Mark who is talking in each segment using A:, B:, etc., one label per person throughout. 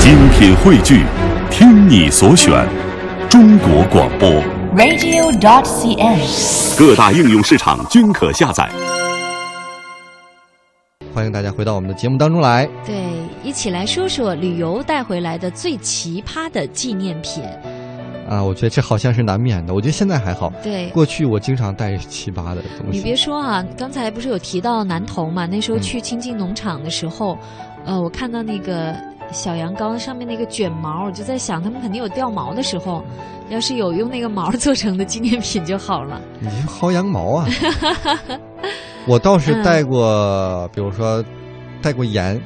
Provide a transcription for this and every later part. A: 精品汇聚，听你所选，中国广播。
B: radio.cn。
A: 各大应用市场均可下载。
C: 欢迎大家回到我们的节目当中来。
D: 对，一起来说说旅游带回来的最奇葩的纪念品。
C: 啊，我觉得这好像是难免的。我觉得现在还好，
D: 对，
C: 过去我经常带奇葩的东
D: 你
C: 西。
D: 别说啊，刚才不是有提到南头嘛？那时候去清境农场的时候，
C: 嗯
D: 呃，我看到那个小羊羔上面那个卷毛，我就在想，他们肯定有掉毛的时候，要是有用那个毛做成的纪念品就好了。
C: 你这薅羊毛啊！我倒是带
D: 嗯
C: 过，比如说带过盐，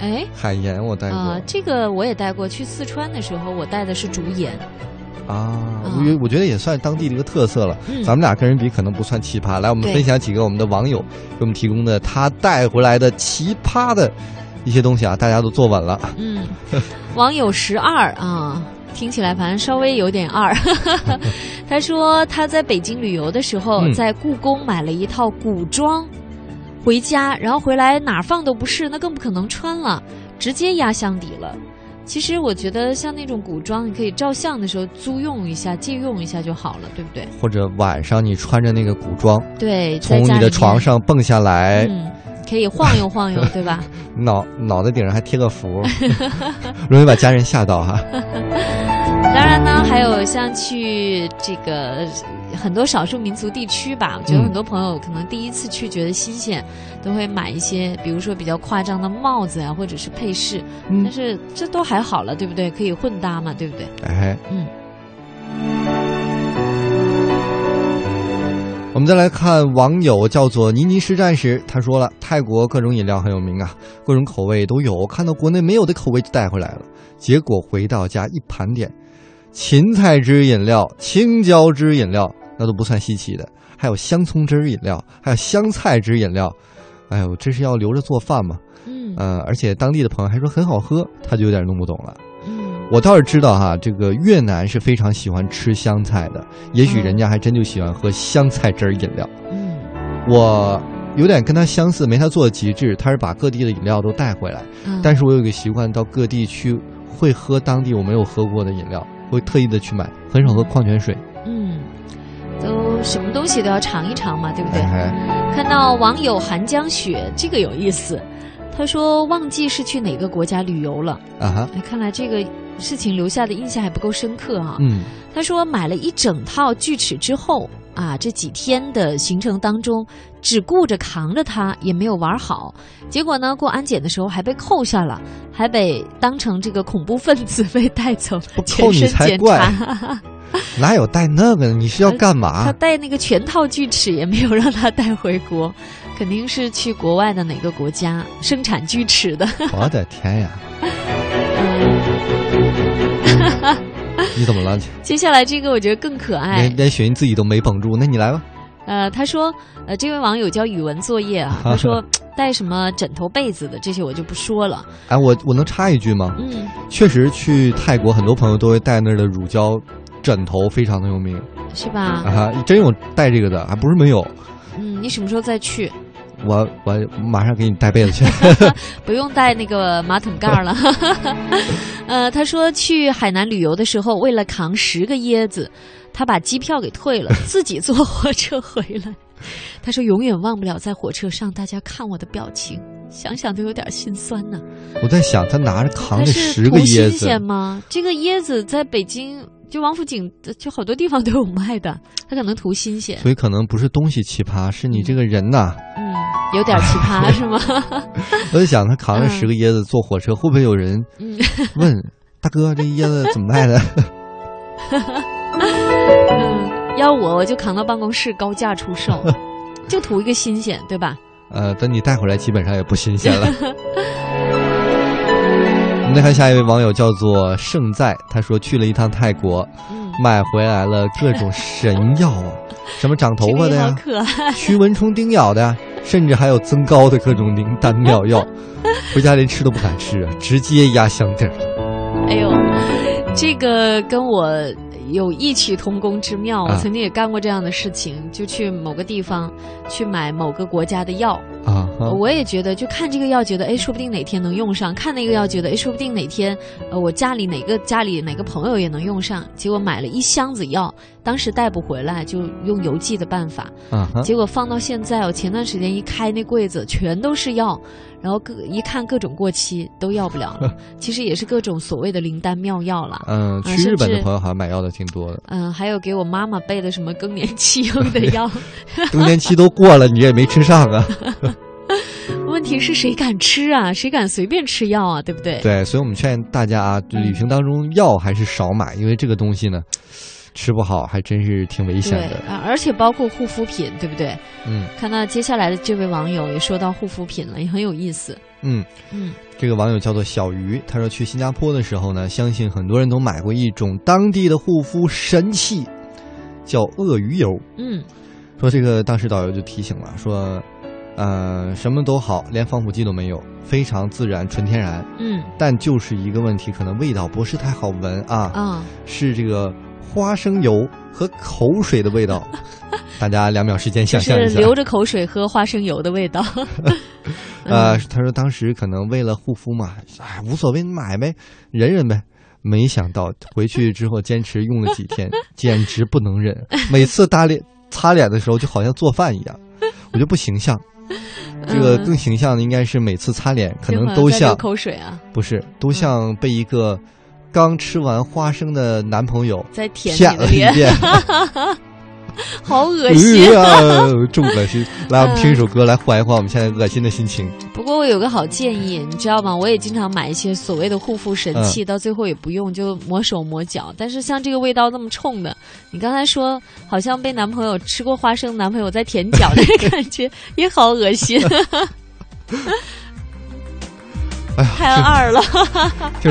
D: 哎，
C: 海盐我带过
D: 啊、这个我也带过去四川的时候，我带的是竹盐。
C: 啊，
D: 嗯
C: 我觉得我觉得也算当地的一个特色了。
D: 嗯
C: 咱们俩跟人比可能不算奇葩。来，我们
D: 对
C: 分享几个我们的网友给我们提供的他带回来的奇葩的一些东西啊，大家都坐稳了。
D: 嗯，网友十二啊，听起来反正稍微有点二。 他说他在北京旅游的时候，
C: 嗯
D: 在故宫买了一套古装，回家然后回来哪儿放都不是，那更不可能穿了，直接压箱底了。其实我觉得像那种古装，你可以照相的时候租用一下、借用一下就好了，对不对？
C: 或者晚上你穿着那个古装，
D: 对，在
C: 从
D: 家
C: 你
D: 里
C: 的
D: 面
C: 床，上蹦下来，
D: 嗯，可以晃悠晃悠，对吧？
C: 脑脑袋顶上还贴个符， 容易把家人吓到哈、
D: 当然呢，还有像去这个很多少数民族地区吧，我觉得
C: 嗯
D: 很多朋友可能第一次去觉得新鲜，都会买一些，比如说比较夸张的帽子啊，或者是配饰，
C: 嗯
D: 但是这都还好了，对不对？可以混搭嘛，对不对？
C: 哎，
D: 嗯，
C: 我们再来看网友叫做倪妮是战士，他说了，泰国各种饮料很有名啊，各种口味都有，看到国内没有的口味就带回来了，结果回到家一盘点，芹菜汁饮料、青椒汁饮料，那都不算稀奇的，还有香葱汁饮料，还有香菜汁饮料，哎呦，这是要留着做饭吗？
D: 嗯
C: 呃，而且当地的朋友还说很好喝，他就有点弄不懂了。
D: 嗯，
C: 我倒是知道哈、这个越南是非常喜欢吃香菜的，也许
D: 嗯
C: 人家还真就喜欢喝香菜汁儿饮料。
D: 嗯，
C: 我有点跟他相似，没他做的极致，他是把各地的饮料都带回来。
D: 嗯
C: 但是我有一个习惯，到各地去会喝当地我没有喝过的饮料，会特意的去买，很少喝矿泉水。
D: 嗯，都什么东西都要尝一尝嘛，对不对？
C: 哎，
D: 看到网友寒江雪这个有意思，他说忘记是去哪个国家旅游了。
C: 啊哈，
D: 哎，看来这个事情留下的印象还不够深刻啊。
C: 嗯，
D: 他说买了一整套锯齿之后啊，这几天的行程当中，啊只顾着扛着它，也没有玩好。结果呢，过安检的时候还被扣下了，还被当成这个恐怖分子被带走
C: 不，扣
D: 全
C: 你
D: 身
C: 才
D: 检
C: 怪啊
D: 查。
C: 哪有带那个？你是要干嘛
D: 他？带那个全套锯齿也没有让他带回国，肯定是去国外的哪个国家生产锯 齿的。
C: 我的天呀！你怎么了？
D: 接下来这个我觉得更可爱
C: 连，连雪莹自己都没绷住，那你来吧。
D: 呃，他说，呃，这位网友叫语文作业啊，他说带什么枕头、被子的这些我就不说了。
C: 哎，我我能插一句吗？
D: 嗯，
C: 确实，去泰国很多朋友都会带那儿的乳胶枕头，非常的有名
D: 是
C: 啊
D: 吧？
C: 哈，真有带这个的，还不是没有。
D: 嗯，你什么时候再去？
C: 我我马上给你带被子 去。
D: 不用带那个马桶盖儿了。 呃，他说去海南旅游的时候，为了扛十个椰子，他把机票给退了，自己坐火车回来。他说永远忘不了在火车上大家看我的表情，想想都有点心酸呢、
C: 我在想，他拿着扛
D: 但
C: 着
D: 是
C: 十
D: 图
C: 个椰
D: 新
C: 子，
D: 鲜吗？这个椰子在北京，就王府井，就好多地方都有卖的。它可能图新鲜，
C: 所以可能不是东西奇葩，是你这个人 呐。
D: 嗯，有点奇 葩是吗？
C: 我在想，他扛着
D: 嗯
C: 十个椰子坐火车，会不会有人
D: 嗯
C: 问大哥这椰子怎么卖的？
D: 嗯，要我我就扛到办公室高价出售， 就图一个新鲜，对吧？
C: 呃，等你带回来，基本上也不新鲜 了。我们再看下一位网友叫做胜在，他说去了一趟泰国，
D: 嗯，
C: 买回来了各种神药 啊，什么长头发的
D: 这个也
C: 呀
D: 好，可爱。
C: 驱蚊虫叮咬的呀，甚至还有增高的各种灵丹妙 药，回家连吃都不敢吃啊，直接压箱底儿了。
D: 哎呦，这个跟我有异曲同工之妙。
C: 啊
D: 我曾经也干过这样的事情，就去某个地方去买某个国家的药，
C: 啊哈，
D: 我也觉得，就看这个药，觉得哎，说不定哪天能用上；看那个药，觉得哎，说不定哪天，呃，我家里哪个家里哪个朋友也能用上。结果买了一箱子药，当时带不回来，就用邮寄的办法。
C: 啊哈，
D: 结果放到现在，我前段时间一开那柜子，全都是药，然后各一看各种过期，都要不了了。其实也是各种所谓的灵丹妙药了。
C: 嗯，去
D: 啊甚
C: 日本的
D: 至
C: 朋友好像买药的挺 多的，
D: 嗯，还有给我妈妈备的什么更年期用的药，
C: 更年期都过了，你也没吃上啊。
D: 问题是谁敢吃啊？谁敢随便吃药啊？对不对？
C: 对，所以我们劝大家啊，就旅行当中药还是少买，因为这个东西呢，吃不好还真是挺危险
D: 对
C: 的。
D: 啊，而且包括护肤品，对不对？
C: 嗯
D: 看到接下来的这位网友也说到护肤品了，也很有意思。
C: 嗯，
D: 嗯，
C: 这个网友叫做小鱼，他说去新加坡的时候呢，相信很多人都买过一种当地的护肤神器，叫鳄鱼油。
D: 嗯，
C: 说这个当时导游就提醒了，说，呃，什么都好，连防腐剂都没有，非常自然纯天然，
D: 嗯，
C: 但就是一个问题，可能味道不是太好闻啊。
D: 啊、
C: 是这个花生油和口水的味 道。大家两秒时间
D: 就
C: 想象
D: 是
C: 一下。
D: 流着嗯口水喝花生油的 味道。
C: 呃，他说当时可能为了护肤嘛，哎，无所谓，买呗，忍忍呗。没想到回去之后坚持用了几 天，简直不能忍。每次打脸擦脸的时候，就好像做饭一样，我就不形象。这个
D: 嗯
C: 更形象的应该是每次擦脸，可
D: 就好
C: 能
D: 像
C: 都
D: 在流
C: 像
D: 口水啊，
C: 不是都像被一个刚吃完花生的男朋友
D: 在舔
C: 骗
D: 你的
C: 了一
D: 脸，
C: 遍。
D: 好恶心。
C: 啊，重恶心！来，我们听一首歌来缓一缓我们现在恶心的心情。
D: 不过我有个好建议，你知道吗？我也经常买一些所谓的护肤神器，到最后也不用，就抹手抹脚。但是像这个味道那么冲的，你刚才说好像被男朋友吃过花生，男朋友在舔脚，这个感觉也好恶 心。太二了，
C: 这